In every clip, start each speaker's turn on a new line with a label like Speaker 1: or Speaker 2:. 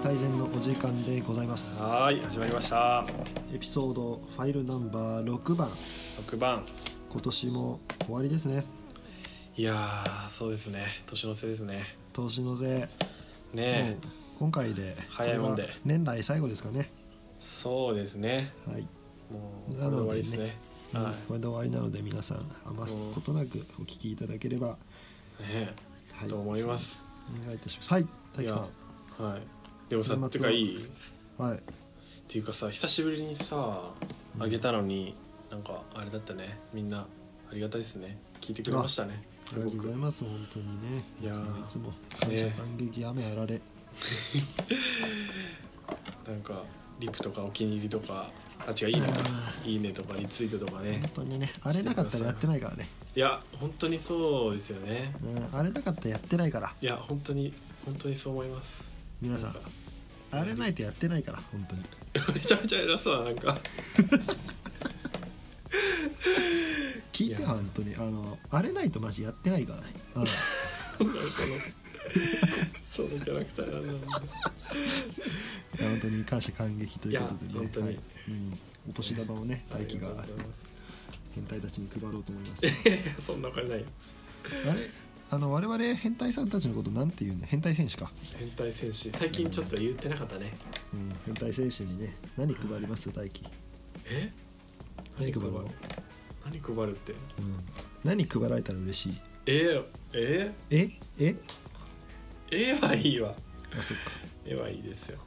Speaker 1: 時間でございます
Speaker 2: はい始まりました
Speaker 1: エピソードファイルナンバー6番
Speaker 2: 6番
Speaker 1: 今年も終わりですね
Speaker 2: いやーそうですね年の瀬ですね
Speaker 1: 年の瀬もう
Speaker 2: ねえ
Speaker 1: 今回で
Speaker 2: 早いもんで
Speaker 1: これが年内最後ですかね
Speaker 2: そうですね
Speaker 1: はい、
Speaker 2: もうこ
Speaker 1: なのでね
Speaker 2: れで終わりですねは
Speaker 1: これで終わりなので皆さん余すことなくお聞きいただければ
Speaker 2: いね
Speaker 1: は
Speaker 2: え
Speaker 1: い
Speaker 2: と思います
Speaker 1: お願いいたしますはい大樹さ
Speaker 2: いやはいでもさ
Speaker 1: 年
Speaker 2: て
Speaker 1: 末
Speaker 2: か
Speaker 1: はい
Speaker 2: いっ
Speaker 1: んはい
Speaker 2: ていうかさ久しぶりにさあげたのになんかあれだったねみんなありがたいですね聞いてくれましたね
Speaker 1: あ
Speaker 2: す
Speaker 1: りが
Speaker 2: ご
Speaker 1: とうござい
Speaker 2: く
Speaker 1: ます本当にね
Speaker 2: いやー
Speaker 1: いつもいつも感謝
Speaker 2: ね
Speaker 1: 感激雨あられ、
Speaker 2: なんかリプとかお気に入りとかあ違ういいね
Speaker 1: あ
Speaker 2: いいねとかリツイートとかね
Speaker 1: 本当にねあれなかったらやってないからね、
Speaker 2: いや本当にそうですよね
Speaker 1: うん、あれなかったらやってないから
Speaker 2: いや本当に本当にそう思います
Speaker 1: 皆さんあれないとやってないから本当に
Speaker 2: めちゃめちゃ偉そうだなんか
Speaker 1: 聞いて
Speaker 2: いや
Speaker 1: 本当にあのあれないとマジやってないから ね、うん
Speaker 2: なんかそのそのキャラクターなんだろうね
Speaker 1: いや本当に感謝感激ということでね
Speaker 2: いや本当に
Speaker 1: はいうん、お年玉をね大輝が
Speaker 2: ありがとうございます
Speaker 1: 変態たちに配ろうと思います
Speaker 2: そんなお金ないよ
Speaker 1: あれあの我々変態さんたちのことなんて言うんだ変態選手か、
Speaker 2: 変態戦士最近ちょっと言ってなかったね
Speaker 1: うん、変態選手にね何配ります大輝
Speaker 2: え
Speaker 1: 何配るの
Speaker 2: 何配るって
Speaker 1: うん、何配られたら嬉しい
Speaker 2: ええ
Speaker 1: ええ
Speaker 2: えはいいわ
Speaker 1: あそっか、
Speaker 2: 絵はいいですよ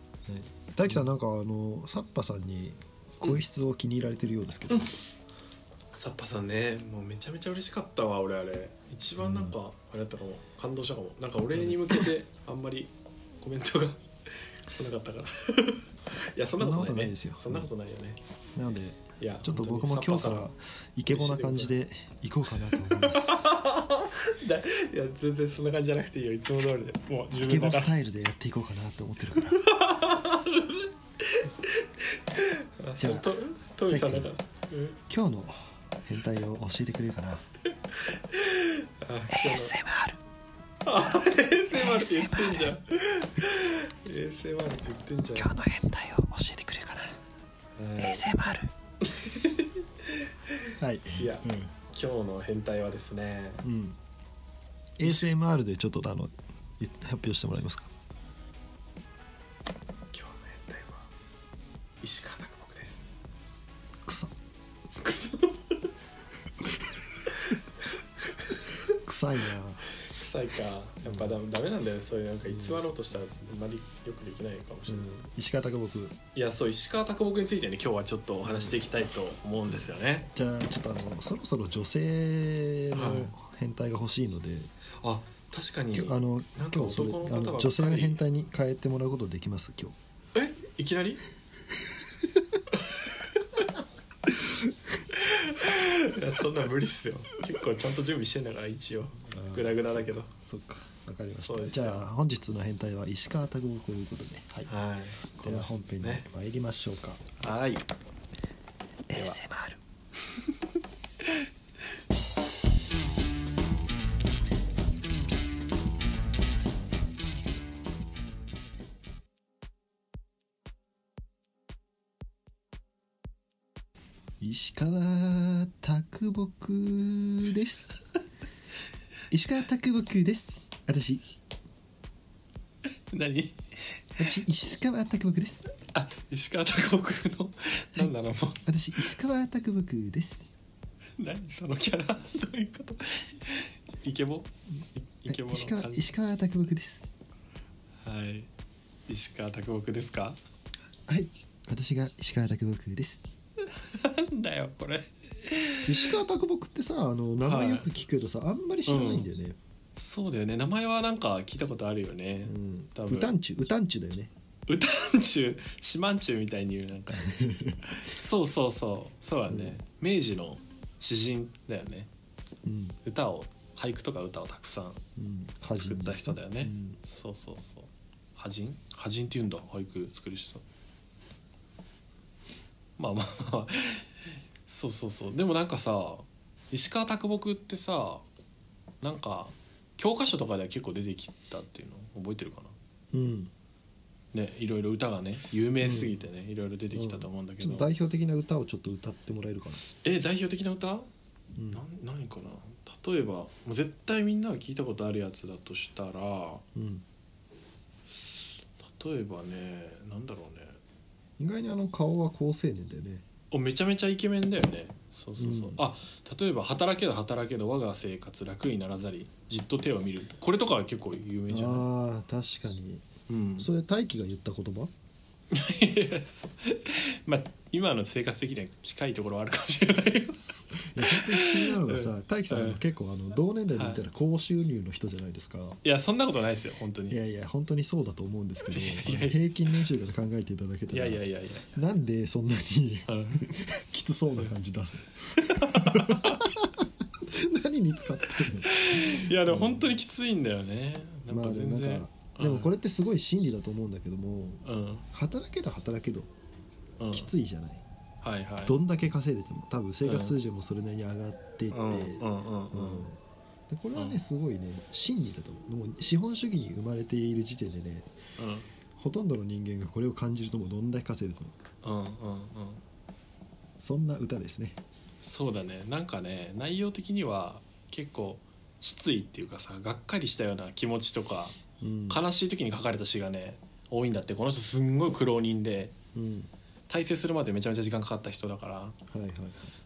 Speaker 1: 大樹さんなんかあのサッパさんに声質を気に入られてるようですけど、
Speaker 2: サッパさんねもうめちゃめちゃ嬉しかったわ俺あれ一番なんかあれだったかも感動したかもなんか俺に向けてあんまりコメントが 来な かったからいやそんなことない,、ね、
Speaker 1: そ
Speaker 2: そ
Speaker 1: ん
Speaker 2: ん
Speaker 1: な
Speaker 2: な
Speaker 1: こ
Speaker 2: こととないよね
Speaker 1: なので
Speaker 2: いや
Speaker 1: ちょっと僕も今日か
Speaker 2: 本
Speaker 1: らイケボな感じで行こうかなと思います
Speaker 2: 当にサッパさんいや全然そんな感じじゃなくていいよいつも通りでも
Speaker 1: イ
Speaker 2: う十
Speaker 1: ケ
Speaker 2: 分
Speaker 1: ボ
Speaker 2: だか
Speaker 1: ス
Speaker 2: ら
Speaker 1: タイルでやっていこうかなと思ってる から
Speaker 2: あ
Speaker 1: じゃあ
Speaker 2: そうとトミーさんだから、うん
Speaker 1: 今日の変態を教えてくれるかな
Speaker 2: あ
Speaker 1: ASMR
Speaker 2: あ ASMR って言ってんじゃん ASMR って言ってんじゃん
Speaker 1: 今日の変態を教えてくれるかな
Speaker 2: うん
Speaker 1: ASMR はい
Speaker 2: いや今日の変態はですね
Speaker 1: うん、うん、ASMR でちょっとあのい発表してもらえますか
Speaker 2: 今日の変態は石川啄木です
Speaker 1: くそ
Speaker 2: くそ
Speaker 1: 臭いな
Speaker 2: 臭いかやっぱダメダメなんだよそういうなんか偽ろうとしたらあんまりよくできないかもしれない、
Speaker 1: 石方が僕
Speaker 2: いやそう石川啄木についてね今日はちょっとお話していきたいと思うんですよね、
Speaker 1: じゃあちょっとあのそろそろ女性
Speaker 2: はい
Speaker 1: の変態が欲しいので、
Speaker 2: あ確かに
Speaker 1: きょあの
Speaker 2: なんか
Speaker 1: 今日それ
Speaker 2: 男の方ば
Speaker 1: あ
Speaker 2: っか
Speaker 1: の
Speaker 2: り
Speaker 1: 女性の変態に変えてもらうことできます今日
Speaker 2: えいきな りいやそんな無理っすよ結構ちゃんと準備してんだから一応
Speaker 1: ー
Speaker 2: グダグダだけど
Speaker 1: そっかわかりまし
Speaker 2: そう
Speaker 1: た
Speaker 2: です
Speaker 1: じ
Speaker 2: よ
Speaker 1: ゃあ本日の変態は石川拓郎ということで、はい
Speaker 2: はい
Speaker 1: では本編に
Speaker 2: ね
Speaker 1: 参りましょうか、
Speaker 2: はいは
Speaker 1: ASMR 石川拓木です石川拓木です私
Speaker 2: 何
Speaker 1: 私石川拓木です
Speaker 2: あ石川啄木のなんだろうも
Speaker 1: 私石川拓木です
Speaker 2: う何そのキャラどういうことイケボイイケボ
Speaker 1: 石
Speaker 2: の
Speaker 1: 川
Speaker 2: 感じ
Speaker 1: 石川拓木です
Speaker 2: はい石川啄木ですか
Speaker 1: はい私が石川拓木です
Speaker 2: なんだよこれ
Speaker 1: 石川拓木ってさあの名前よく聞くけどさ、あんまり知らないんだよね、
Speaker 2: そうだよね名前はなんか聞いたことあるよね
Speaker 1: う、ん
Speaker 2: 多
Speaker 1: う
Speaker 2: 分
Speaker 1: たんちゅうたんちゅだよね
Speaker 2: うたんちゅう四万ちゅうみたいに言うなんかそうそうそうそうだね、明治の詩人だよね
Speaker 1: うん、
Speaker 2: 歌を俳句とか歌をたくさん
Speaker 1: うん、歌
Speaker 2: 作った人だよね、
Speaker 1: うん
Speaker 2: そうそうそう歌人歌人って言うんだ俳句作る人まあまあまあそうそうそうでもなんかさ石川啄木ってさなんか教科書とかでは結構出てきたっていうの覚えてるかな
Speaker 1: うん
Speaker 2: ねいろいろ歌がね有名すぎてね、いろいろ出てきたと思うんだけ
Speaker 1: ちょ
Speaker 2: ど、
Speaker 1: っと代表的な歌をちょっと歌ってもらえるかな、
Speaker 2: え代表的な歌
Speaker 1: うん
Speaker 2: なん何かな例えばもう絶対みんなが聞いたことあるやつだとしたら
Speaker 1: うん、
Speaker 2: 例えばねなんだろうね
Speaker 1: 意外にあの顔は高青年だよね
Speaker 2: おめちゃめちゃイケメンだよねそうそうそう、
Speaker 1: うん
Speaker 2: あ例えば「働けど働けど我が生活楽にならざりじっと手を見る」これとかは結構有名じゃない
Speaker 1: ああー確かに
Speaker 2: うん、
Speaker 1: それ大輝が言った言葉
Speaker 2: いや そうまあ今の生活的には近いところはあるかもしれないです
Speaker 1: いや本当に不思議なのがさ大輝さん
Speaker 2: うん
Speaker 1: 結構あの同年代で見たら高収入の人じゃないですか、
Speaker 2: いやそんなことないですよ本当に
Speaker 1: い、
Speaker 2: いや
Speaker 1: やいや本当にそうだと思うんですけど
Speaker 2: いやいや
Speaker 1: あの平均年収から考えていただけたら
Speaker 2: いやいやいや
Speaker 1: なんでそんなに
Speaker 2: うん
Speaker 1: きつそうな感じ出すの 何に使って
Speaker 2: いやでも本当にきついんだよねな
Speaker 1: るのま
Speaker 2: んか
Speaker 1: あで
Speaker 2: 全
Speaker 1: も
Speaker 2: 然、
Speaker 1: なんかでもこれってすごい心理だと思うんだけども
Speaker 2: うん、
Speaker 1: 働けど働けど
Speaker 2: うん、
Speaker 1: きついじゃない、
Speaker 2: はいはい
Speaker 1: どんだけ稼いでても多分生活水準もそれなりに上がっていって、
Speaker 2: うんうんうんう
Speaker 1: うん
Speaker 2: ん
Speaker 1: でこれは
Speaker 2: う
Speaker 1: ね
Speaker 2: ん
Speaker 1: すごいね真理だと思うもう資本主義に生まれている時点でね
Speaker 2: うん
Speaker 1: ほとんどの人間がこれを感じると思うどんだけ稼いでと思う
Speaker 2: うんうんうん
Speaker 1: そんな歌ですね
Speaker 2: そうだねなんかね内容的には結構失意っていうかさがっかりしたような気持ちとか
Speaker 1: うん
Speaker 2: 悲しい時に書かれた詩がね多いんだってこの人すんごい苦労人で
Speaker 1: うん
Speaker 2: 大成するまでめちゃめちゃ時間かかった人だから
Speaker 1: はいはい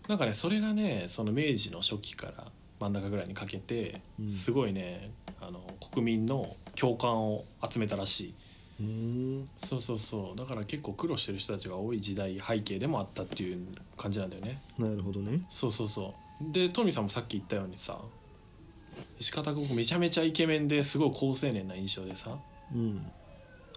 Speaker 2: なんかねそれがねその明治の初期から真ん中ぐらいにかけて、
Speaker 1: うん
Speaker 2: すごいねあの国民の共感を集めたらしい
Speaker 1: うん
Speaker 2: そうそうそうだから結構苦労してる人たちが多い時代背景でもあったっていう感じなんだよね
Speaker 1: なるほどね
Speaker 2: そうそうそうでトミーさんもさっき言ったようにさ石方君めちゃめちゃイケメンですごい好青年な印象でさ
Speaker 1: うん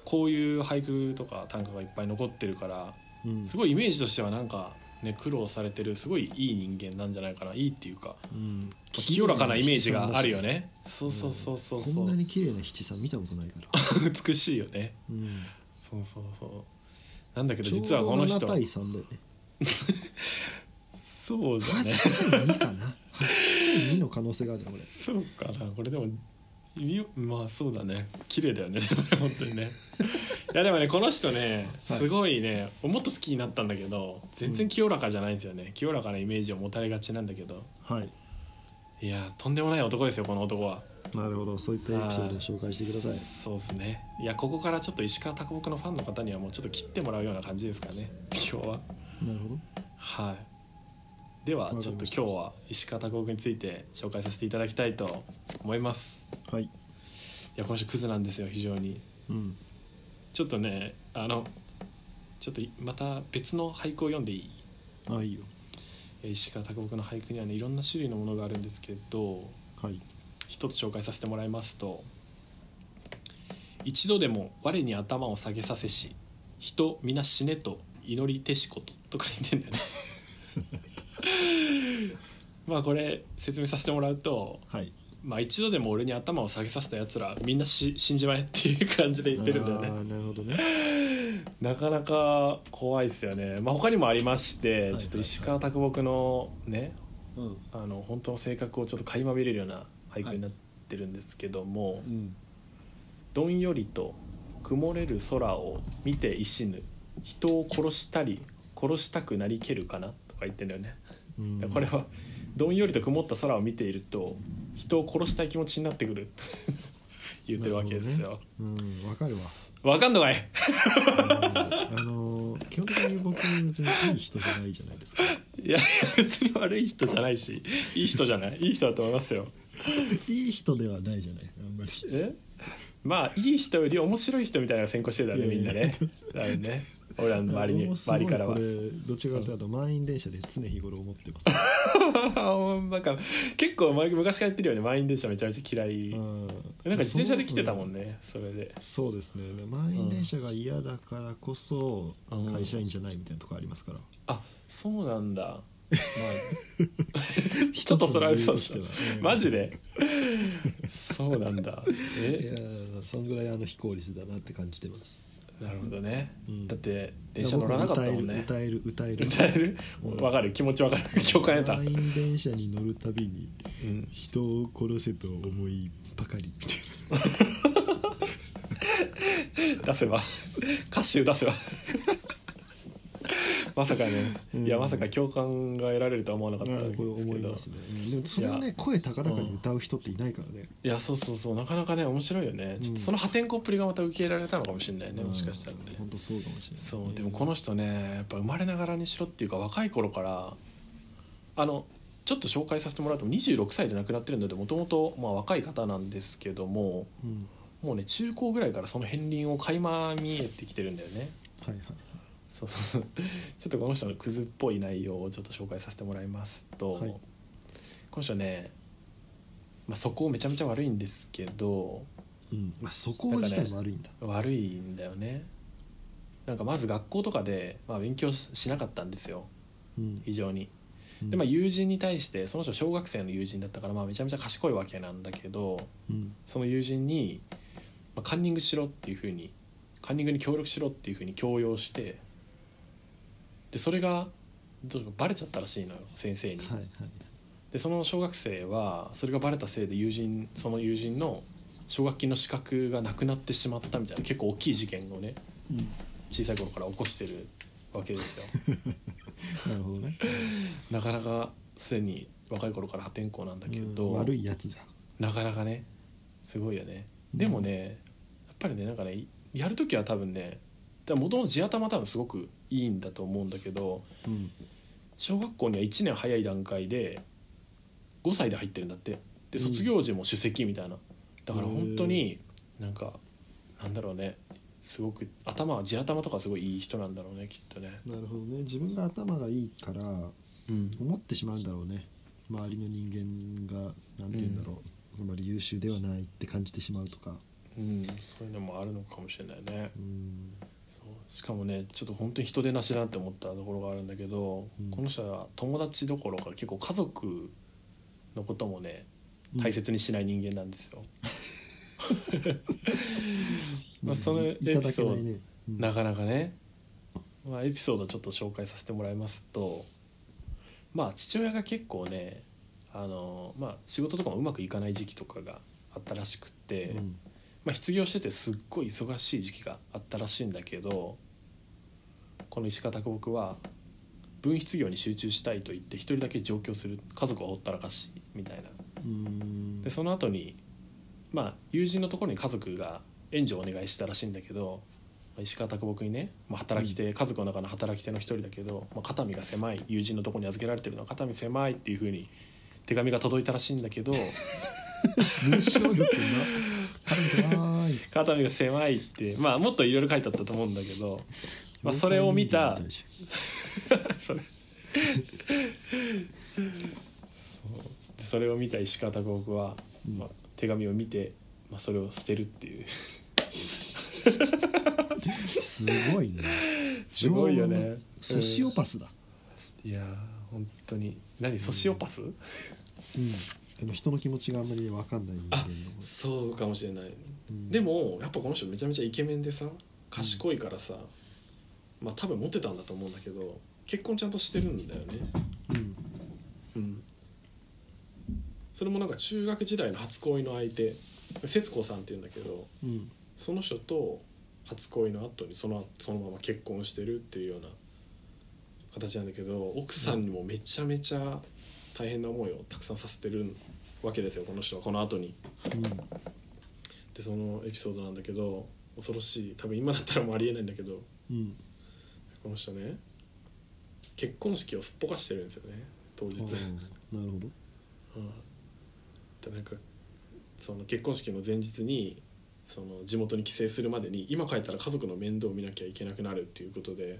Speaker 2: こういう俳句とか短歌がいっぱい残ってるから
Speaker 1: うん
Speaker 2: すごいイメージとしてはなんか、ね、苦労されてるすごいいい人間なんじゃないかないいっていうか
Speaker 1: うん
Speaker 2: 清らかなイメージがあるよねそうそうそうそうそ
Speaker 1: こんな
Speaker 2: う
Speaker 1: に綺麗な七三見たことないから、
Speaker 2: 美しいよね
Speaker 1: うん、
Speaker 2: そうそうそうなんだけど
Speaker 1: ちょう
Speaker 2: 実はこ
Speaker 1: ど
Speaker 2: の人
Speaker 1: 7対3だよね
Speaker 2: そうだね
Speaker 1: 8対2かな8対2の可能性があるよこれ
Speaker 2: そうかなこれでもみまあそうだね綺麗だよね 本当にねいやでもねこの人ね
Speaker 1: はい
Speaker 2: すごいね、もっと好きになったんだけど全然清らかじゃないんですよね、清らかなイメージを持たれがちなんだけど
Speaker 1: はい
Speaker 2: いやとんでもない男ですよこの男は
Speaker 1: なるほどそういったエピソードを紹介してください
Speaker 2: そうですねいやここからちょっと石川啄木のファンの方にはもうちょっと切ってもらうような感じですかね今日は
Speaker 1: なるほど
Speaker 2: はいで
Speaker 1: わ
Speaker 2: は
Speaker 1: かりま
Speaker 2: ち
Speaker 1: し
Speaker 2: ょったと今日は石川啄木について紹介させていただきたいと思います
Speaker 1: はい
Speaker 2: いや今週クズなんですよ非常に
Speaker 1: うん
Speaker 2: ちょっとねあのちょっとまた別の俳句を読んでいい
Speaker 1: あいいよ
Speaker 2: えー石川啄木の俳句にはねいろんな種類のものがあるんですけど
Speaker 1: はい
Speaker 2: 一つ紹介させてもらいますと「一度でも我に頭を下げさせし人皆死ねと祈りてしこと」とか言ってんだよね。 まあこれ説明させてもらうと、
Speaker 1: はい
Speaker 2: まあ、一度でも俺に頭を下げさせたやつらみんなし死んじまえっていう感じで言ってるんだよね
Speaker 1: あ。ーなるほどね
Speaker 2: なかなか怖いですよね、まあ、他にもありまして、
Speaker 1: いはい
Speaker 2: ちょっと石川啄木のね
Speaker 1: うん
Speaker 2: あの本当の性格をちょっと垣間見れるような俳句になってるんですけども、
Speaker 1: うん
Speaker 2: どんよりと曇れる空を見ていしぬ人を殺したり殺したくなりけるかなとか言ってんだよね、
Speaker 1: うん
Speaker 2: これはどんよりと曇った空を見ていると人を殺したい気持ちになってくる 言ってるわけですよ、
Speaker 1: うんわかるわ
Speaker 2: わかんのかい
Speaker 1: あのー基本的に僕別にいい人じゃないじゃないですか
Speaker 2: いや別に悪い人じゃないしいい人じゃないいい人だと思いますよ
Speaker 1: いい人ではないじゃないあんまり
Speaker 2: えまあいい人より面白い人みたいなのが先行してるだね
Speaker 1: いや
Speaker 2: み
Speaker 1: い
Speaker 2: んな
Speaker 1: や
Speaker 2: ねだよね俺らの周りに
Speaker 1: 僕もすご
Speaker 2: 周
Speaker 1: い
Speaker 2: りからは
Speaker 1: これどっちかというと満員電車で常日頃思ってます
Speaker 2: なんか結構前昔からやってるよね満員電車めちゃめちゃ嫌い、
Speaker 1: う
Speaker 2: なんか
Speaker 1: ん
Speaker 2: 自転車で来てたもんねそれで
Speaker 1: そうですね満員電車が嫌だからこそ
Speaker 2: うん
Speaker 1: 会社員じゃないみたいなとこありますから、
Speaker 2: あそうなんだ、まあ ちょっとそれは嘘でしょ
Speaker 1: 一つの理由としてはうん
Speaker 2: マ ジでそうなんだ
Speaker 1: いや
Speaker 2: え
Speaker 1: ーそんぐらいあの非効率だなって感じてます
Speaker 2: なるほどね、
Speaker 1: うん
Speaker 2: だって電車乗らなかったもんね
Speaker 1: 歌える歌える
Speaker 2: 歌える
Speaker 1: うん
Speaker 2: わかる気持ちわかる共感得た、
Speaker 1: 満員電車に乗るたびに
Speaker 2: うん
Speaker 1: 人を殺せと思いばかりみたい
Speaker 2: 出せば歌手出せばまさかね、
Speaker 1: うん
Speaker 2: いやまさか共感が得られるとは思わなか ったんですけど、
Speaker 1: これ思いますね、うんでもそれはいね声高らかに歌う人っていないからね、
Speaker 2: いやそうそうそうなかなかね面白いよね、ちょっとその破天荒っぷりがまた受け入れられたのかもしれないね、もしかしたらね、
Speaker 1: 本当そうかもしれない
Speaker 2: そうでもこの人ねやっぱ生まれながらにしろっていうか若い頃からあのちょっと紹介させてもらうと26歳で亡くなってるのでもともと若い方なんですけども
Speaker 1: うん
Speaker 2: もうね中高ぐらいからその片鱗を垣間見えてきてるんだよね
Speaker 1: はいはいはい
Speaker 2: そうそうそう ちょっとこの人のクズっぽい内容をちょっと紹介させてもらいますと、
Speaker 1: はい
Speaker 2: この人ね、まあ、素行めちゃめちゃ悪いんですけど
Speaker 1: うんまあ、そこ自体も悪いんだ
Speaker 2: 悪いんだよねなんかまず学校とかで、まあ、勉強ししなかったんですよ
Speaker 1: うん
Speaker 2: 非常に
Speaker 1: うん
Speaker 2: でまあ友人に対してその人小学生の友人だったからまあめちゃめちゃ賢いわけなんだけど
Speaker 1: うん
Speaker 2: その友人に、まあ、カンニングしろっていうふうにカンニングに協力しろっていうふうに強要してでそれがどうかバレちゃったらしいのよ先生に。
Speaker 1: はいはい
Speaker 2: でその小学生はそれがバレたせいで友人その友人の奨学金の資格がなくなってしまったみたいな結構大きい事件をね
Speaker 1: うん
Speaker 2: 小さい頃から起こしてるわ けですよ。
Speaker 1: なるほどね
Speaker 2: なかなかすでに若い頃から破天荒なんだけど、
Speaker 1: うん悪いやつじゃん
Speaker 2: なかなかねすごいよねでもね、やっぱりねなんかねいやる時は多分ねもともと地頭多分すごくいいんだと思うんだけど
Speaker 1: うん
Speaker 2: 小学校には1年早い段階で5歳で入ってるんだってで
Speaker 1: ん
Speaker 2: 卒業時も首席みたいな、だから本当になんかなんだろうねすごく頭は地頭とかすごいいい人なんだろうねきっとね、
Speaker 1: なるほどね自分が頭がいいから
Speaker 2: うん、
Speaker 1: 思ってしまうんだろうね周りの人間がなんて言うんだろう、あまり優秀ではないって感じてしまうとか
Speaker 2: うん、そういうのもあるのかもしれないね
Speaker 1: うん
Speaker 2: そうしかもねちょっと本当に人手なしだなって思ったところがあるんだけど、
Speaker 1: うん
Speaker 2: この人は友達どころか結構家族のこともね大切にしない人間なんです よ、まあその
Speaker 1: い
Speaker 2: エピソード
Speaker 1: いただけないね、うん
Speaker 2: なかなかね、まあ、エピソードちょっと紹介させてもらいますとまあ父親が結構ねあの、まあ、仕事とかもうまくいかない時期とかがあったらしくって、
Speaker 1: うん
Speaker 2: まあ、失業しててすっごい忙しい時期があったらしいんだけどこの石川啄木は分失業に集中したいと言って一人だけ上京する家族はほったらかしみたいな
Speaker 1: うん
Speaker 2: でその後にまあ友人のところに家族が援助をお願いしたらしいんだけどまあ石川啄木にね、まあ、働き手、家族の中の働き手の一人だけど、まあ、肩身が狭い友人のところに預けられてるのは肩身狭いっていうふうに手紙が届いたらしいんだけど
Speaker 1: 文章力な感じない
Speaker 2: 肩身が狭いってまあもっといろいろ書いてあったと思うんだけど、まあ、それを見た それそうでそれを見た石川啄木は、
Speaker 1: うん
Speaker 2: まあ、手紙を見て、まあ、それを捨てるっていう
Speaker 1: すごいね
Speaker 2: すごいよね
Speaker 1: 情ソシオパスだ、
Speaker 2: いやー本当に何ソシオパス、
Speaker 1: うんあの人の気持ちがあんまり分かんない人間の
Speaker 2: あそうかもしれない、
Speaker 1: うん
Speaker 2: でもやっぱこの人めちゃめちゃイケメンでさ賢いからさ、まあ多分モテたんだと思うんだけど結婚ちゃんとしてるんだよね
Speaker 1: うん
Speaker 2: うんそれもなんか中学時代の初恋の相手節子さんっていうんだけど
Speaker 1: うん
Speaker 2: その人と初恋の後にそのそのまま結婚してるっていうような形なんだけど奥さんにもめちゃめちゃ大変な思いをたくさんさせてるわけですよこの人はこの後に。
Speaker 1: う
Speaker 2: でそのエピソードなんだけど恐ろしい多分今だったらもうありえないんだけど
Speaker 1: んうん
Speaker 2: この人ね結婚式をすっぽかしてるんですよね当日。
Speaker 1: あーなるほど
Speaker 2: うんでなんかその結婚式の前日にその地元に帰省するまでに今帰ったら家族の面倒を見なきゃいけなくなるっていうことで、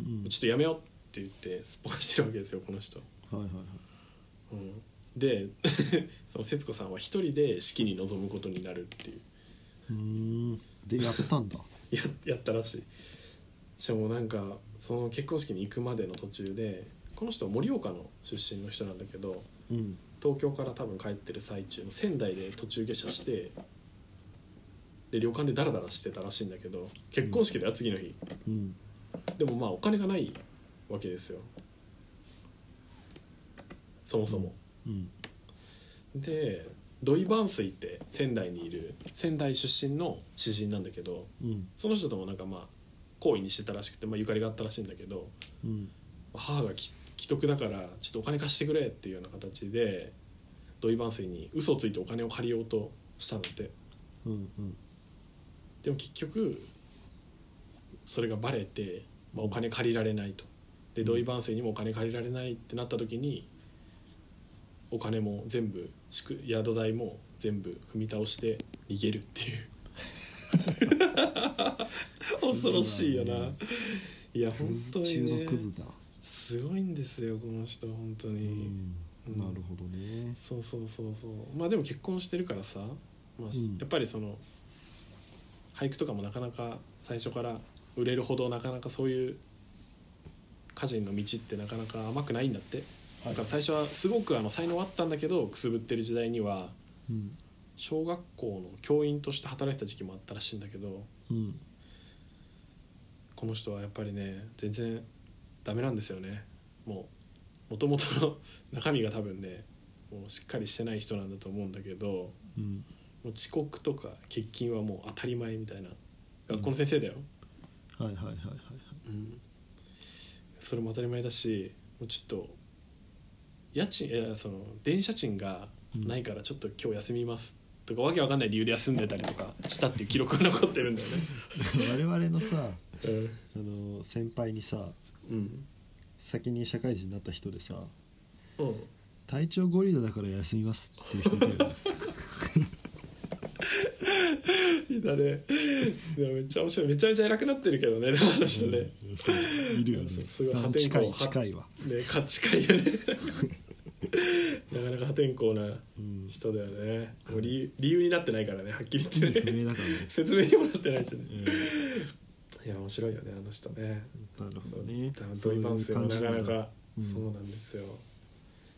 Speaker 1: うん
Speaker 2: ちょっとやめようって言ってすっぽかしてるわけですよこの人。
Speaker 1: はいはいはい
Speaker 2: うん、で その節子さんは一人で式に臨むことになるっていう
Speaker 1: うーんでやったんだ
Speaker 2: ややったらしいしかもなんかその結婚式に行くまでの途中でこの人は盛岡の出身の人なんだけど
Speaker 1: うん
Speaker 2: 東京から多分帰ってる最中の仙台で途中下車してで旅館でダラダラしてたらしいんだけど結婚式だよ次の日
Speaker 1: うん
Speaker 2: でもまあお金がないわけですよそもそも、
Speaker 1: うん
Speaker 2: で土井万水って仙台にいる仙台出身の詩人なんだけど
Speaker 1: うん
Speaker 2: その人ともなんかまあ好意にしてたらしくて、まあ、ゆかりがあったらしいんだけど
Speaker 1: うん
Speaker 2: 母がき既得だからちょっとお金貸してくれっていうような形で土井万水に嘘をついてお金を借りようとしたので
Speaker 1: うんうん
Speaker 2: でも結局それがバレて、まあ、お金借りられないとで土井万世にもお金借りられないってなった時にお金も全部宿宿代も全部踏み倒して逃げるっていう 恐ろしいよな、
Speaker 1: そうだね
Speaker 2: いや本
Speaker 1: クズ
Speaker 2: 当に、
Speaker 1: 中
Speaker 2: ね
Speaker 1: の、クズだ、
Speaker 2: すごいんですよこの人本当
Speaker 1: う
Speaker 2: に、
Speaker 1: ん
Speaker 2: うん
Speaker 1: なるほどね
Speaker 2: そうそうそうそうまあでも結婚してるからさ、まあ
Speaker 1: うん
Speaker 2: やっぱりその俳句とかもなかなか最初から売れるほどなかなかそういう歌人の道ってなかなか甘くないんだって、だから最初はすごくあの才能あったんだけどくすぶってる時代には
Speaker 1: うん
Speaker 2: 小学校の教員として働いてた時期もあったらしいんだけど
Speaker 1: うん
Speaker 2: この人はやっぱりね全然ダメなんですよねもう元々の 中身が多分ねもうしっかりしてない人なんだと思うんだけど。
Speaker 1: うん
Speaker 2: もう遅刻とか欠勤はもう当たり前みたいな学校の先生だよ、
Speaker 1: はいはいはいはいはい
Speaker 2: うんそれも当たり前だしもうちょっと家賃いやその電車賃がないからちょっと今日休みますとかわけわかんない理由で休んでたりとかしたっていう記録が残ってるんだよね。
Speaker 1: 我々のさ
Speaker 2: うん
Speaker 1: あの先輩にさ
Speaker 2: うん
Speaker 1: 先に社会人になった人でさ
Speaker 2: うん、
Speaker 1: 体調ゴリラだから休みますっていう人いたよ ね
Speaker 2: いたねでもめっちゃ面白いめちゃめちゃ偉くなってるけどねでも話だね、
Speaker 1: うんそういるよね
Speaker 2: すごい
Speaker 1: あの
Speaker 2: 破天
Speaker 1: 近
Speaker 2: 荒
Speaker 1: い近いわ、
Speaker 2: ね価値観よねなかなか破天荒な
Speaker 1: うん、
Speaker 2: 人だよねもう理由理由になってないからねはっきり言って
Speaker 1: 不
Speaker 2: ね
Speaker 1: 明だからね
Speaker 2: 説明にもなってないしね
Speaker 1: うん
Speaker 2: いや面白いよねあの人ね
Speaker 1: なるほ
Speaker 2: そ
Speaker 1: ど
Speaker 2: う
Speaker 1: ね
Speaker 2: 多分
Speaker 1: そ
Speaker 2: ド
Speaker 1: うい
Speaker 2: イバン
Speaker 1: う
Speaker 2: スも
Speaker 1: 感
Speaker 2: な
Speaker 1: じ
Speaker 2: か
Speaker 1: んだ
Speaker 2: なか
Speaker 1: うん
Speaker 2: そうなんですよ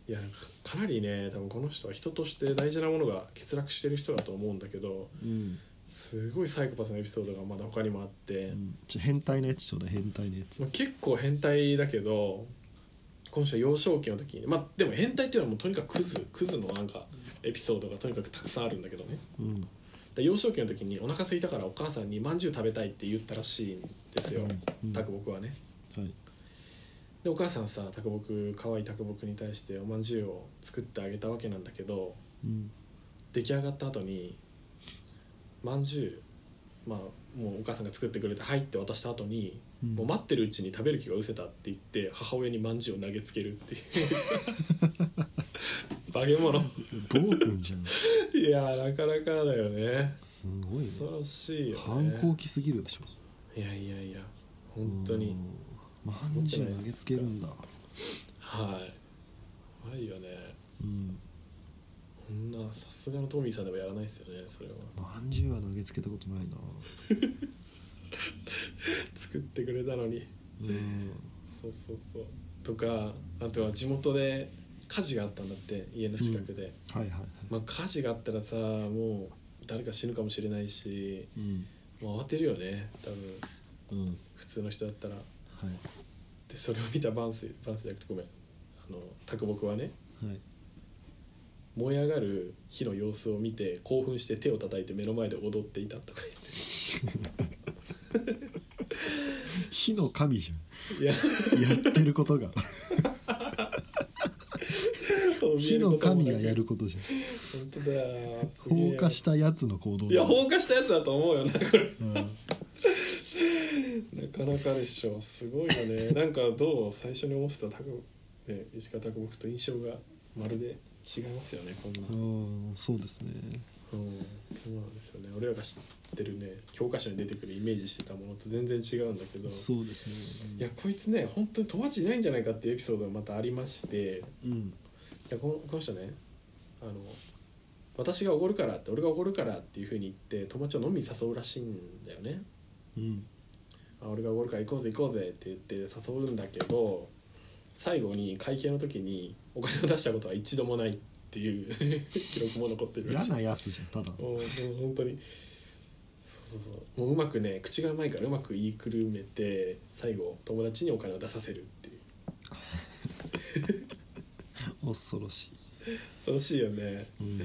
Speaker 2: いやなんかかなりね多分この人は人として大事なものが欠落してる人だと思うんだけど
Speaker 1: うん、
Speaker 2: すごいサイコパスのエピソードがまだ他にもあって、
Speaker 1: うんちょ変態のやつちょうだい変態のやつ
Speaker 2: まあ、結構変態だけどこの人は幼少期の時にまあでも変態っていうのはもうとにかくクズクズのなんかエピソードがとにかくたくさんあるんだけどね
Speaker 1: うん
Speaker 2: で幼少期の時にお腹空いたからお母さんにまんじゅう食べたいって言ったらしいんですよ
Speaker 1: うん
Speaker 2: 卓木はね
Speaker 1: はい
Speaker 2: でお母さんさ卓木可愛い卓木に対しておまんじゅうを作ってあげたわけなんだけど
Speaker 1: うん
Speaker 2: 出来上がった後にまんじゅうまあもうお母さんが作ってくれて「はい」って渡した後に
Speaker 1: うん
Speaker 2: もう待ってるうちに食べる気が失せたって言って母親にまんじゅうを投げつけるっていう 化け物
Speaker 1: 暴君じゃんす
Speaker 2: いやなかなかだよね
Speaker 1: ごいね
Speaker 2: 恐ろしいよね
Speaker 1: 反抗期すぎるでしょ
Speaker 2: いやいやいや本当に
Speaker 1: まんじゅう投げつけるんだ
Speaker 2: はい怖いよね
Speaker 1: うん
Speaker 2: こんなさすがのトミーさんでもやらないですよねそれは
Speaker 1: まんじゅうは投げつけたことないな
Speaker 2: 作ってくれたのに
Speaker 1: うん
Speaker 2: そうそうそうとかあとは地元で火事があったんだって家の近くで、
Speaker 1: はいはいはい
Speaker 2: まあ火事があったらさもう誰か死ぬかもしれないし
Speaker 1: うん
Speaker 2: もう慌てるよね多分
Speaker 1: うん
Speaker 2: 普通の人だったら
Speaker 1: はい
Speaker 2: でそれを見たバンスバンスじゃなくてごめんあの卓木はね
Speaker 1: はい
Speaker 2: 燃え上がる火の様子を見て興奮して手を叩いて目の前で踊っていたとか言って
Speaker 1: 火の神じ
Speaker 2: いや
Speaker 1: ゃんやってること が火の神がやることじゃん
Speaker 2: 本当だよすげえ
Speaker 1: 放火したやつの行動だ
Speaker 2: いや放火したやつだと思うよなこれ
Speaker 1: うん
Speaker 2: なかなかでしょすごいよねなんかどう最初に思ってたタク、ね、石川拓木と印象がまるで違いますよねこんな、うん
Speaker 1: うんそうですね
Speaker 2: そうなんですよね俺らが知ってるね教科書に出てくるイメージしてたものと全然違うんだけど
Speaker 1: そうです
Speaker 2: いや
Speaker 1: ね
Speaker 2: こいつね本当に友達いないんじゃないかっていうエピソードがまたありまして
Speaker 1: うん
Speaker 2: いやこのこの人ねあの私がおごるからって俺がおごるからっていうふうに言って友達を飲みに誘うらしいんだよね
Speaker 1: うん
Speaker 2: あ俺がおごるから行こうぜ行こうぜって言って誘うんだけど最後に会計の時にお金を出したことは一度もないっていう 記録も残ってるら
Speaker 1: 嫌
Speaker 2: しい
Speaker 1: なやつじゃんただの
Speaker 2: もうもう本当にそうそうそうもううまくね口がうまいからうまく言いくるめて最後友達にお金を出させるっていう
Speaker 1: 恐ろし
Speaker 2: 恐ろしいよね
Speaker 1: いうん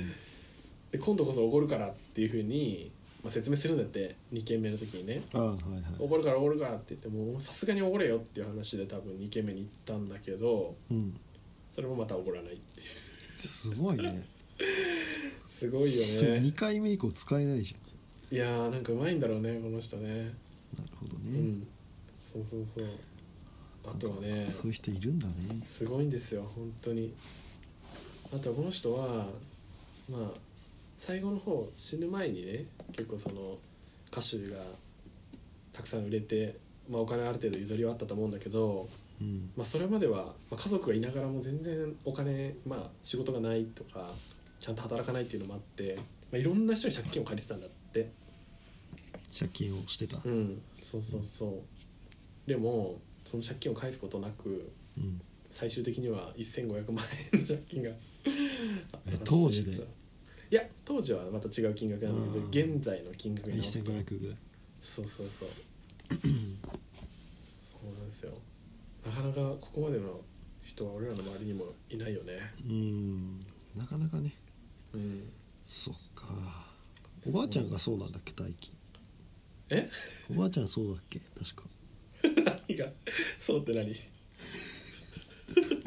Speaker 2: で今度こそおごるからっていうふうに、まあ、説明するんだって2軒目の時にね
Speaker 1: ああはい
Speaker 2: お
Speaker 1: は
Speaker 2: ごるからおごるからって言ってもうさすがにおごれよっていう話で多分2軒目に行ったんだけど
Speaker 1: い、うん、
Speaker 2: それもまたおごらないっていう
Speaker 1: すごいね
Speaker 2: すごいよ
Speaker 1: それ
Speaker 2: ね
Speaker 1: 2回目以降使えないじゃ
Speaker 2: いやーなんかうまいんだろうねこの人
Speaker 1: ん
Speaker 2: ね
Speaker 1: なるほど
Speaker 2: う
Speaker 1: ね、
Speaker 2: んそうそうそうあとはね
Speaker 1: そういう人いるんだね
Speaker 2: すごいんですよ本当にあとはこの人はまあ最後の方死ぬ前にね結構その歌手がたくさん売れて、まあ、お金ある程度譲りはあったと思うんだけど、
Speaker 1: うん
Speaker 2: まあ、それまでは、まあ、家族がいながらも全然お金、まあ、仕事がないとかちゃんと働かないっていうのもあって、まあ、いろんな人に借金を借りてたんだって
Speaker 1: 借金をしてた
Speaker 2: うんそうそうそうでもその借金を返すことなく
Speaker 1: うん
Speaker 2: 最終的には1500万円の借金があったらしいす
Speaker 1: 当時で
Speaker 2: いや当時はまた違う金額なんだ
Speaker 1: あー
Speaker 2: けど現在の金額に直すと
Speaker 1: 1500ぐらい
Speaker 2: そうそうそう そうなんですよなかなかここまでの人は俺らの周りにもいないよね
Speaker 1: うんなかなかね
Speaker 2: うん
Speaker 1: そっかおばあちゃんがそうなんだっけ大輝
Speaker 2: え
Speaker 1: おばあちゃんそうだっけ確か
Speaker 2: 何がそうって何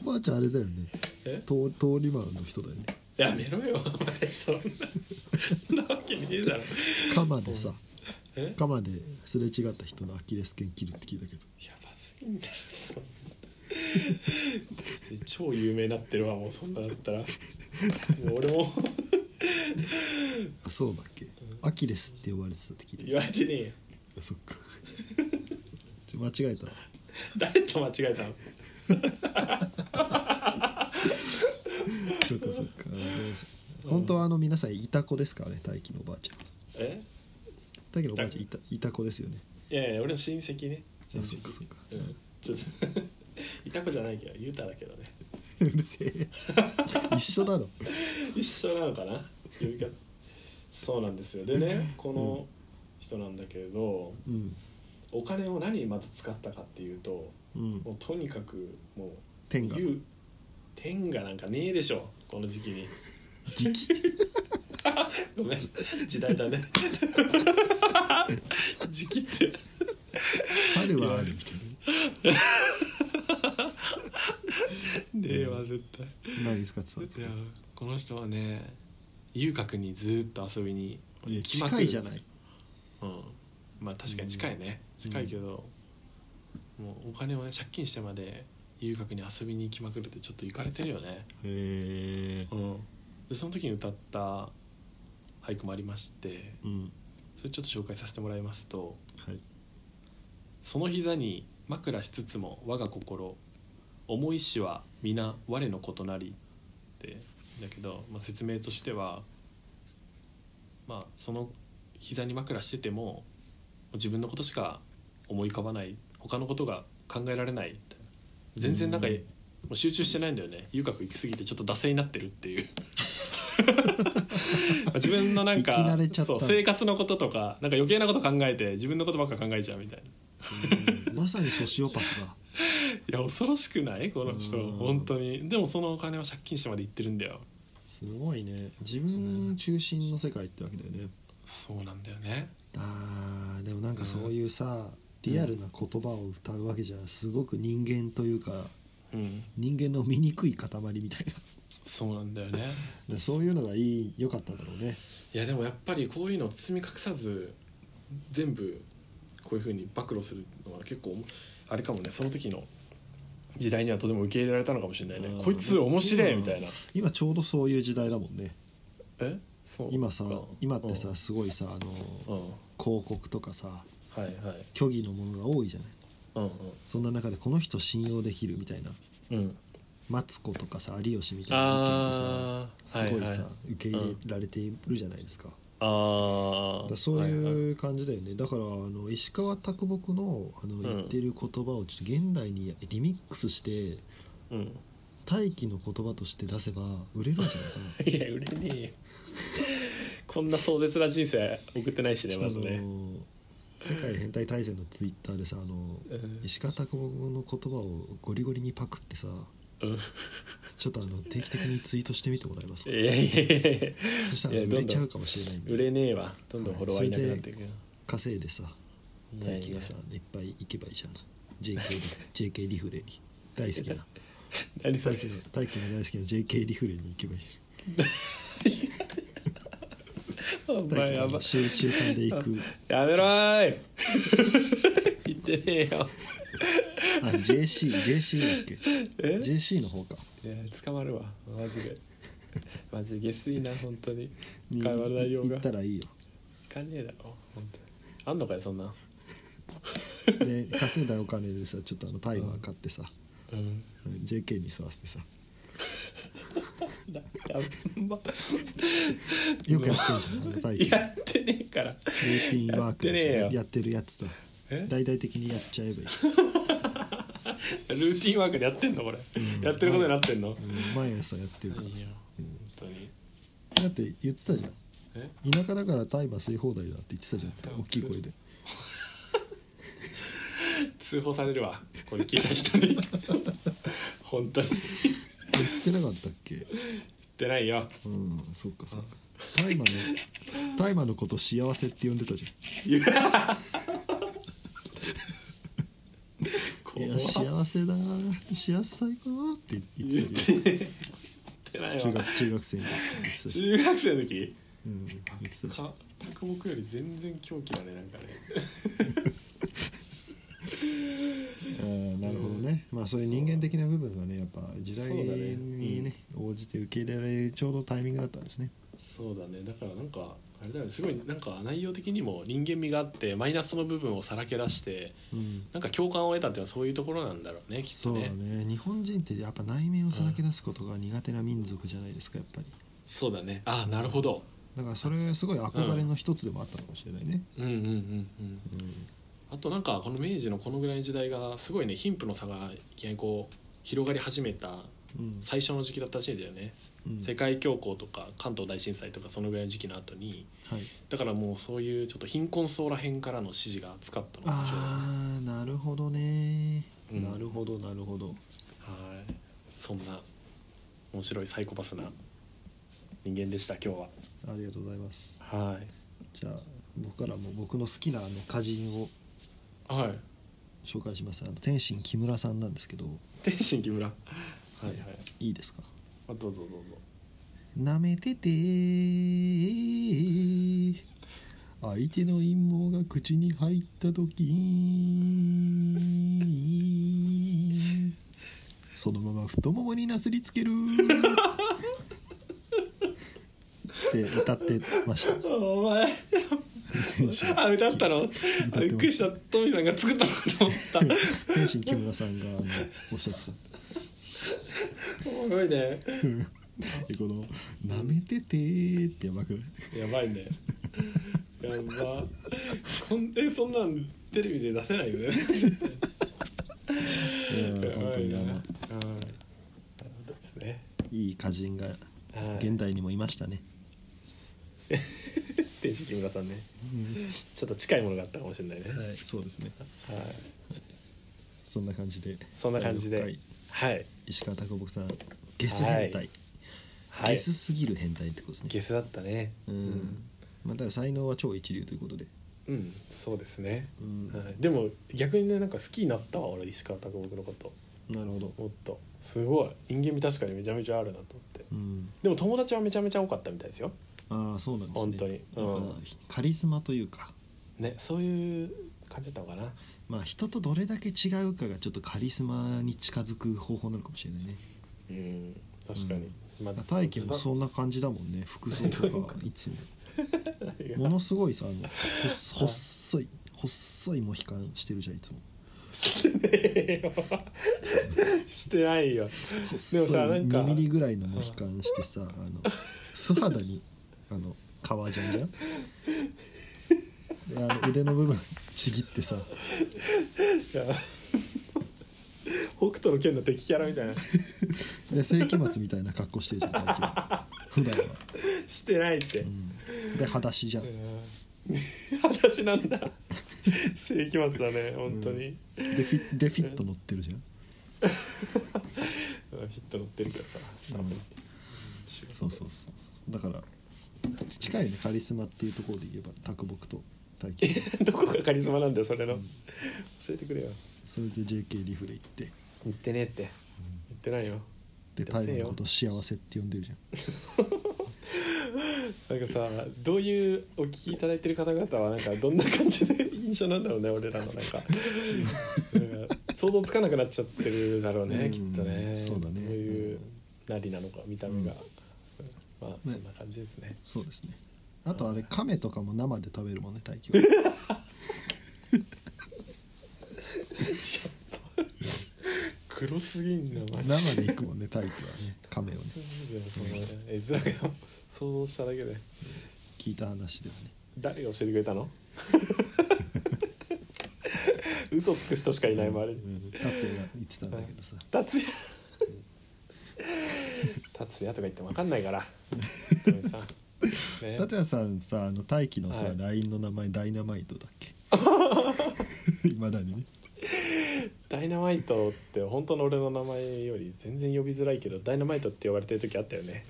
Speaker 1: おばあちゃんあれだよね
Speaker 2: え
Speaker 1: 通通り魔の人だよね
Speaker 2: やめろよお前そんなそんなわけねえだろ
Speaker 1: 鎌でさ
Speaker 2: え
Speaker 1: 鎌ですれ違った人のアキレス腱切るって聞いたけど
Speaker 2: やばすぎんだろそ んな超有名になってるわもうそんなだったらもう俺も
Speaker 1: あそうだっけアキレスって呼ばれてたって聞いた
Speaker 2: 言われてねえよ
Speaker 1: あそっか ちょ間違えたわ
Speaker 2: 誰と間違えたの
Speaker 1: そっかそっか 本当はあの皆さんいた子ですからね大輝のおばあちゃん
Speaker 2: え
Speaker 1: 大輝のおばあちゃんいたいた子ですよね
Speaker 2: いやいや俺の親戚ね親
Speaker 1: あそ
Speaker 2: 戚
Speaker 1: っかそっか
Speaker 2: うんちょっと いた子じゃないけど言うただけどね
Speaker 1: うるせえ一緒だろ
Speaker 2: 一緒なのかな呼び方そうなんですよでねこの人なんだけれど
Speaker 1: うん
Speaker 2: お金を何にまず使ったかっていうと
Speaker 1: うん
Speaker 2: もうとにかくもう
Speaker 1: 天が
Speaker 2: 言う天がなんかねえでしょこの時期に
Speaker 1: 時期
Speaker 2: ごめん時代だね時期って
Speaker 1: 春はあるみたい
Speaker 2: 令和絶対
Speaker 1: な何使ってたんです
Speaker 2: い
Speaker 1: か
Speaker 2: やこの人はね遊郭にずーっと遊びに
Speaker 1: いや
Speaker 2: 来まく
Speaker 1: 近
Speaker 2: る
Speaker 1: いじゃない
Speaker 2: うんまあ確かに近いね、近いけど、もうお金をね借金してまで遊郭に遊びに行きまくるってちょっと行かれてるよね
Speaker 1: へえ
Speaker 2: うんでその時に歌った俳句もありまして
Speaker 1: うん
Speaker 2: それちょっと紹介させてもらいますと
Speaker 1: はい
Speaker 2: その膝に枕しつつも我が心思いしは皆我のことなりってだけど、まあ、説明としてはまあその膝に枕しててももう自分のことしか思い浮かばない他のことが考えられないみたいな全然なんか
Speaker 1: うん
Speaker 2: もう集中してないんだよね遊郭行き過ぎてちょっと惰性になってるっ ていうまあ自分のなん
Speaker 1: 生き
Speaker 2: か
Speaker 1: 慣れちゃった
Speaker 2: そう生活のこととかなんか余計なこと考えて自分のことばっか考えちゃうみたいな
Speaker 1: うん まさにソシオパスだ
Speaker 2: いや恐ろしくないこの人
Speaker 1: うん
Speaker 2: 本当にでもそのお金は借金してまで行ってるんだよ
Speaker 1: すごいね自分中心の世界ってわけだよね
Speaker 2: そうなんだよね
Speaker 1: あーでもなんかそういうさリアルな言葉を歌うわけじゃすごく人間というか
Speaker 2: うん
Speaker 1: 人間の醜い塊みたい
Speaker 2: そうなんだよね
Speaker 1: なそういうのがいい良かったんだろうね
Speaker 2: いやでもやっぱりこういうのを包み隠さず全部こういうふうに暴露するのは結構あれかもねその時の時代にはとても受け入れられたのかもしれないね
Speaker 1: うん
Speaker 2: こいつ面白いみたいな
Speaker 1: 今ちょうどそういう時代だもんね
Speaker 2: えそう
Speaker 1: 今さ
Speaker 2: か
Speaker 1: 今ってさ
Speaker 2: う
Speaker 1: すごいさあの
Speaker 2: んうん
Speaker 1: 広告とかさ
Speaker 2: はいはい
Speaker 1: 虚偽のものが多いじゃない
Speaker 2: うん
Speaker 1: そんな中でこの人信用できるみたいな
Speaker 2: うんうん
Speaker 1: マツコとかさ有吉みたいな意見がさ
Speaker 2: ああ
Speaker 1: すごいさ、
Speaker 2: はいはい、
Speaker 1: 受け入れられているじゃないですか,、
Speaker 2: ああ
Speaker 1: そう
Speaker 2: はいはい
Speaker 1: いう感じだよねだからあの石川啄木のあの言ってる言葉をちょっと現代にリミックスして
Speaker 2: うん
Speaker 1: 大気の言葉として出せば売れるんじゃないかな
Speaker 2: いや売れねえよこんな壮絶な人生送ってないしね
Speaker 1: ちょ
Speaker 2: ま
Speaker 1: っ
Speaker 2: ず
Speaker 1: とあ
Speaker 2: ね、
Speaker 1: の世界変態大全のツイッターでさあの
Speaker 2: うん
Speaker 1: 石川啄木の言葉をゴリゴリにパクってさ
Speaker 2: うん
Speaker 1: ちょっとあの定期的にツイートしてみてもらえます
Speaker 2: いやいやいやいや
Speaker 1: そした
Speaker 2: い
Speaker 1: ら
Speaker 2: や
Speaker 1: 売
Speaker 2: ど
Speaker 1: れ
Speaker 2: んど
Speaker 1: ちゃ
Speaker 2: ん
Speaker 1: うかもしれないんで
Speaker 2: 売れねえわどんどんフォロワーいなくなっていくよ
Speaker 1: 稼いでさ
Speaker 2: いや
Speaker 1: 大輝
Speaker 2: いや
Speaker 1: がさいっぱい行けばいいじゃん JK, リ JK リフレに大好きな
Speaker 2: 何そ
Speaker 1: 大
Speaker 2: れ
Speaker 1: 輝の大輝の大好きな JK リフレに行けばいい
Speaker 2: お
Speaker 1: 大
Speaker 2: 前
Speaker 1: 輝
Speaker 2: や
Speaker 1: が
Speaker 2: ば
Speaker 1: 週週3で行く
Speaker 2: やめろーい言ってねえよ
Speaker 1: あ JCJC だっけ
Speaker 2: え
Speaker 1: JC の方か
Speaker 2: いや捕まるわマジでマジで下水な本当に
Speaker 1: に
Speaker 2: 会話内容が
Speaker 1: 行ったらいいよ
Speaker 2: いかねえだろ本当にあんのかよそんな
Speaker 1: で稼いだお金でさちょっとあのタイマー買ってさ、
Speaker 2: うん
Speaker 1: JK に吸わせてさ
Speaker 2: やんば
Speaker 1: よくやってんじゃんあの大輝
Speaker 2: やってねえから
Speaker 1: ルーティンワーク
Speaker 2: やってねえ
Speaker 1: で
Speaker 2: よ
Speaker 1: さやってるやつさ
Speaker 2: え
Speaker 1: 大々的にやっちゃえばいい
Speaker 2: ルーティンワークでやってんのこれ、
Speaker 1: ん
Speaker 2: やってることになってんの、
Speaker 1: うん毎朝やってるから
Speaker 2: いい
Speaker 1: さ
Speaker 2: よ本当に
Speaker 1: だって言ってたじゃん
Speaker 2: え
Speaker 1: 田舎だから大麻吸い放題だって言ってたじゃん大きい声で
Speaker 2: 通報されるわこれ聞いた人 に本当に言っ
Speaker 1: 言ってなかったっけ
Speaker 2: てないよ
Speaker 1: うんそっかそっか大麻の大麻のこと幸せって呼んでたじゃんい
Speaker 2: 怖
Speaker 1: や
Speaker 2: っ
Speaker 1: 幸せだ幸せ最高って言
Speaker 2: 言っ
Speaker 1: ってたよ
Speaker 2: てない
Speaker 1: 中
Speaker 2: わ
Speaker 1: 学中学生の時言ってたし
Speaker 2: 中学生の時
Speaker 1: うん言ってたし
Speaker 2: か卓木より全然狂気だねなんかね
Speaker 1: あーなるほどね、まあそういう人間的な部分がねやっぱ時代
Speaker 2: そうだね
Speaker 1: にね応じて受け入れられるちょうどタイミングだったんですね
Speaker 2: そうだねだからなんかあれだよねすごいなんか内容的にも人間味があってマイナスの部分をさらけ出して
Speaker 1: うん
Speaker 2: なんか共感を得たっていうのはそういうところなんだろうねきっと
Speaker 1: そうだ
Speaker 2: ね
Speaker 1: ね日本人ってやっぱ内面をさらけ出すことが苦手な民族じゃないですかやっぱり
Speaker 2: そうだねあなるほど
Speaker 1: だからそれすごい憧れの一つでもあったのかもしれないね、
Speaker 2: うんうんうんうん
Speaker 1: うん
Speaker 2: あとなんかこの明治のこのぐらいの時代がすごいね貧富の差がいきなりこう広がり始めた
Speaker 1: うん
Speaker 2: 最初の時期だったらしいんだよね、
Speaker 1: うん
Speaker 2: 世界恐慌とか関東大震災とかそのぐらいの時期の後に
Speaker 1: はい、
Speaker 2: だからもうそういうちょっと貧困層らへんからの支持が厚かったのかもしれない
Speaker 1: あーなるほどね、
Speaker 2: うん
Speaker 1: なるほどなるほど
Speaker 2: はいそんな面白いサイコパスな人間でした今日
Speaker 1: ありがとうございます
Speaker 2: ははい
Speaker 1: じゃあ僕からも僕の好きなあの歌人を
Speaker 2: はい
Speaker 1: 紹介しますあの天心木村さんなんですけど
Speaker 2: 天心木村はいはい
Speaker 1: いいですか
Speaker 2: あどうぞどうぞ
Speaker 1: 舐めてて相手の陰謀が口に入った時そのまま太ももになすりつけるって歌ってました
Speaker 2: お前
Speaker 1: 天心
Speaker 2: あ歌ったの
Speaker 1: た
Speaker 2: びっくりしたトミーさんが作ったのかと思っ
Speaker 1: 天心木村さんがあのおっしゃってた
Speaker 2: たおもろいね
Speaker 1: でこの「舐めてて」ってやばくない
Speaker 2: やばいねやばこん えそんなんテレビで出せないよね
Speaker 1: うん
Speaker 2: や
Speaker 1: 本
Speaker 2: ば
Speaker 1: 当
Speaker 2: い
Speaker 1: に
Speaker 2: な
Speaker 1: あ
Speaker 2: はいな
Speaker 1: の
Speaker 2: るほどですね
Speaker 1: いい歌人が
Speaker 2: はい
Speaker 1: 現代にもいましたね、
Speaker 2: 天使木村さんねちょっと近いものがあったかもしれないね
Speaker 1: はい、そうですね
Speaker 2: はい
Speaker 1: そんな感じで
Speaker 2: そんな感じで
Speaker 1: 第六回
Speaker 2: はい
Speaker 1: 石川啄木さんゲス変態、
Speaker 2: はいはい
Speaker 1: ゲスすぎる変態ってことですね
Speaker 2: ゲスだったね
Speaker 1: うん、まあ、ただ才能は超一流ということで、
Speaker 2: うんそうですね、
Speaker 1: うん
Speaker 2: はい、でも逆にねなんか好きになったわ俺石川啄木のこと
Speaker 1: なるほど
Speaker 2: もっとすごい人間味確かにめちゃめちゃあるなと思って
Speaker 1: うん
Speaker 2: でも友達はめちゃめちゃ多かったみたいですよ
Speaker 1: ああそうなんですね
Speaker 2: 本当にうん
Speaker 1: なんかカリスマというか
Speaker 2: ねそういう感じだったのかな
Speaker 1: まあ人とどれだけ違うかがちょっとカリスマに近づく方法なのかもしれないね
Speaker 2: うん確かに、まあ
Speaker 1: 大輝もそ
Speaker 2: うん
Speaker 1: な感じだもんね服装とかいつもものすごいさあのほっ細い細いモヒカンしてるじゃんいつも
Speaker 2: してねえよしてない よでもさなんか
Speaker 1: 2ミリぐらいのモヒカンしてさあの素肌にあの革ジャンじゃんであの腕の部分ちぎってさ
Speaker 2: いや北斗の剣の敵キャラみたいな
Speaker 1: で世紀末みたいな格好してるじゃん大輝普段は、
Speaker 2: してないって、
Speaker 1: うん、で裸足じゃん
Speaker 2: 話なんだ世紀末だね本当に、
Speaker 1: でフィでフィット乗ってるじゃん
Speaker 2: ヒット乗ってるからさ多分、
Speaker 1: うんそうそうそうそうだから近いよねカリスマっていうところで言えば卓木と大輝
Speaker 2: どこがカリスマなんだよそれの、
Speaker 1: うん
Speaker 2: 教えてくれよ
Speaker 1: それで JK リフレ行って
Speaker 2: 言ってねえって言ってないよ
Speaker 1: でタイムのこと幸せって呼んでるじゃん
Speaker 2: なんかさどういうお聞きいただいてる方々はなんかどんな感じで印象なんだろうね俺らのなんかなんか想像つかなくなっちゃってるだろうね、
Speaker 1: うん
Speaker 2: きっとね
Speaker 1: そうだね
Speaker 2: どういう
Speaker 1: うん
Speaker 2: なりなのか見た目が、まあそ
Speaker 1: ね
Speaker 2: んな感じですね
Speaker 1: そうですねあとあれ亀とかも生で食べるもんね大輝は
Speaker 2: 黒すぎんなマジ
Speaker 1: 生
Speaker 2: で
Speaker 1: で行くもんね大輝は ね亀をね
Speaker 2: でもその絵面が想像しただけで
Speaker 1: 聞いた話ではね
Speaker 2: 誰が教えてくれたの嘘つく人しかいない周りに
Speaker 1: うん達也が言ってたんだけどさ
Speaker 2: 達也達也とか言っても分かんないから富井さんね
Speaker 1: 達也さんさあの大輝のさ、
Speaker 2: はい
Speaker 1: LINE の名前ダイナマイトだっ けいまだにね
Speaker 2: ダイナマイトって本当の俺の名前より全然呼びづらいけどダイナマイトって呼ばれてる時あったよ ね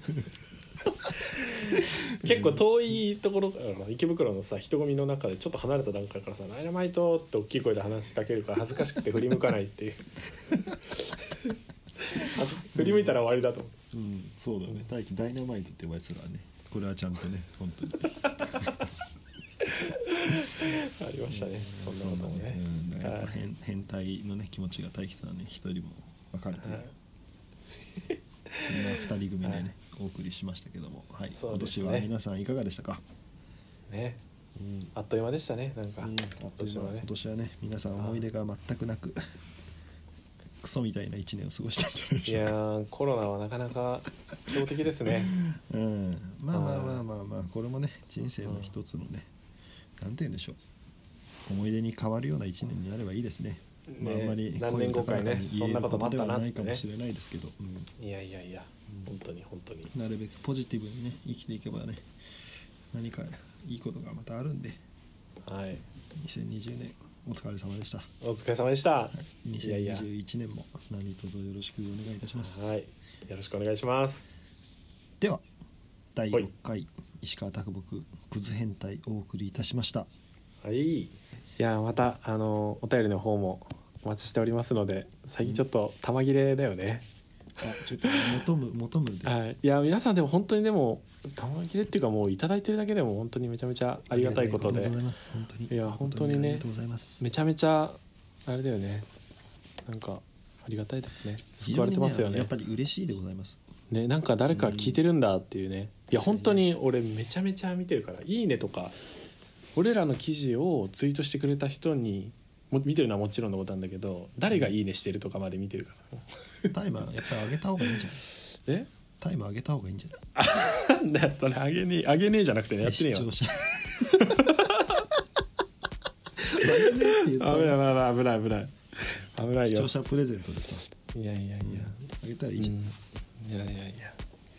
Speaker 2: 結構遠いところから池袋のさ人混みの中でちょっと離れた段階からさ「ダイナマイト!」って大きい声で話しかけるから恥ずかしくて振り向かないっていう恥ず振り向いたら終わりだと思って
Speaker 1: うんそうだね大輝ダイナマイトって呼ばれてたからねこれはちゃんとね 本当に
Speaker 2: ありましたねそんなこともね
Speaker 1: うんだからやっぱ
Speaker 2: はい
Speaker 1: 変変態のね気持ちが大輝さんはね一人も分かれてる、
Speaker 2: はい
Speaker 1: そんな二人組でね、
Speaker 2: はい
Speaker 1: お送りしましたけども、はい
Speaker 2: そ
Speaker 1: 今
Speaker 2: うです
Speaker 1: 年
Speaker 2: ね
Speaker 1: は皆さんいかがでしたか、
Speaker 2: ね
Speaker 1: うん
Speaker 2: あっという間でしたねなんか、
Speaker 1: うん、あ
Speaker 2: 今
Speaker 1: っという
Speaker 2: 年
Speaker 1: 間
Speaker 2: はね
Speaker 1: 今年はね皆さん思い出が全くなくクソみたいな一年を過ごしたんじゃないで
Speaker 2: い
Speaker 1: しょう
Speaker 2: や
Speaker 1: か
Speaker 2: ーコロナはなかなか強敵ですね
Speaker 1: うん、まあまあ
Speaker 2: はい
Speaker 1: まあまあまあこれもね人生の一つのねなんて言うんでしょう思い出に変わるような一年になればいいですね
Speaker 2: ね
Speaker 1: まああんまり
Speaker 2: 何年後かにね
Speaker 1: 声を高らかに言える
Speaker 2: そんなこともあっ
Speaker 1: で
Speaker 2: た
Speaker 1: は
Speaker 2: なっつってね
Speaker 1: ないかもしれないですけど、う
Speaker 2: いやいやいや本当に本当に
Speaker 1: んなるべくポジティブにね生きていけばね何かいいことがまたあるんで
Speaker 2: はい
Speaker 1: 2020年お疲れ様でした
Speaker 2: お疲れ様でしたいやいや
Speaker 1: 2021年も何卒よろしくお願いいたします
Speaker 2: はいよろしくお願いします
Speaker 1: では第
Speaker 2: はい
Speaker 1: 6回石川啄木クズ変態お送りいたしました
Speaker 2: はいいやまたあのお便りの方もお待ちしておりますので最近ちょっと玉切れだよね、
Speaker 1: あちょっと求む求むです、
Speaker 2: はい、いや皆さんでも本当にでも玉切れっていうかもういただいてるだけでも本当にめちゃめちゃありがたいこと
Speaker 1: ありがたい
Speaker 2: で
Speaker 1: ございます本当に
Speaker 2: いや本当にね
Speaker 1: ありがとうございます
Speaker 2: めちゃめちゃあれだよねなんかありがたいですね
Speaker 1: 非
Speaker 2: 救
Speaker 1: 常
Speaker 2: わ
Speaker 1: に
Speaker 2: れてますよ
Speaker 1: あの
Speaker 2: ね
Speaker 1: やっぱり嬉しいでございます
Speaker 2: ねなんか誰か聞いてるんだっていうね、いや本当に俺めちゃめちゃ見てるから「いいね」とか俺らの記事をツイートしてくれた人にも見てるのはもちろんのことなんだけど誰が「いいね」してるとかまで見てるから
Speaker 1: タイマーやっぱり上げた方がいいんじゃない
Speaker 2: え
Speaker 1: タイマー上げた方がいいんじゃない
Speaker 2: なんだよそれあげねえあげねえじゃなくてねやってねえ
Speaker 1: 視
Speaker 2: よ
Speaker 1: 聴者 上げねえって言
Speaker 2: 危
Speaker 1: っ
Speaker 2: ない
Speaker 1: た
Speaker 2: 危
Speaker 1: ら
Speaker 2: ない危ない危ない危ない
Speaker 1: 視
Speaker 2: よ
Speaker 1: 聴者プレゼントでさ
Speaker 2: いやいやいや、
Speaker 1: あげたらいいじ
Speaker 2: う
Speaker 1: ゃん、
Speaker 2: ん、いやいやいや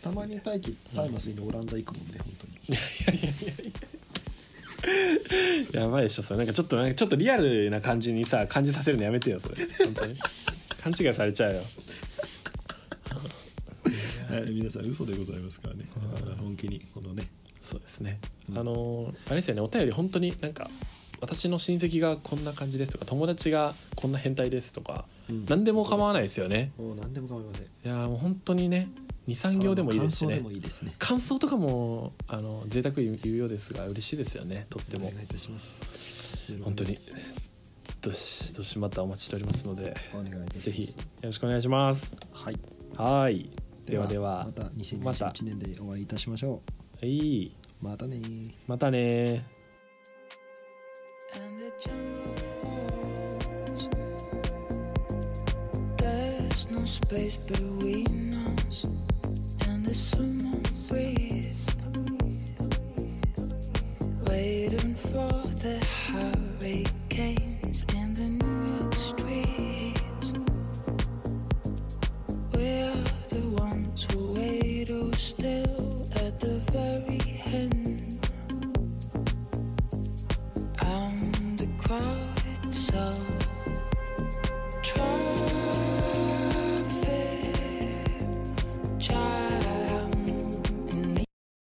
Speaker 1: たまに大輝タイマーするのオランダ行くもんね本当に
Speaker 2: やばいでしょそれなんかちょっとなんかちょっとリアルな感じにさ感じさせるのやめてよそれ本当に勘違いされちゃうよ
Speaker 1: はい、皆さん嘘でございますからね。だから本気にこのね。
Speaker 2: そうですね、
Speaker 1: うん
Speaker 2: あのーあれですよねお便り本当になんか私の親戚がこんな感じですとか友達がこんな変態ですとか、
Speaker 1: うん
Speaker 2: 何でも構わないですよね
Speaker 1: もう何でも構いません。
Speaker 2: いやーもう本当にね23行でもいいですし
Speaker 1: 感想で
Speaker 2: ね
Speaker 1: もいいですね。
Speaker 2: 感想とかもあの贅沢言うようですが嬉しいですよねとって
Speaker 1: お
Speaker 2: も
Speaker 1: 願いいたします。よろ
Speaker 2: 本
Speaker 1: しくお
Speaker 2: 当
Speaker 1: 願い
Speaker 2: に
Speaker 1: し
Speaker 2: どしどしまたお待ちしておりますので
Speaker 1: ますお願いいたし
Speaker 2: ぜ
Speaker 1: ま
Speaker 2: ひよ
Speaker 1: す。
Speaker 2: ろしくお願いします
Speaker 1: はい。
Speaker 2: はーいではでは
Speaker 1: また2021年でお会いいたしましょ
Speaker 2: はい、
Speaker 1: う。またねー。
Speaker 2: またねー
Speaker 3: and the jungle falls. There's no space between us and the summer breeze. oh,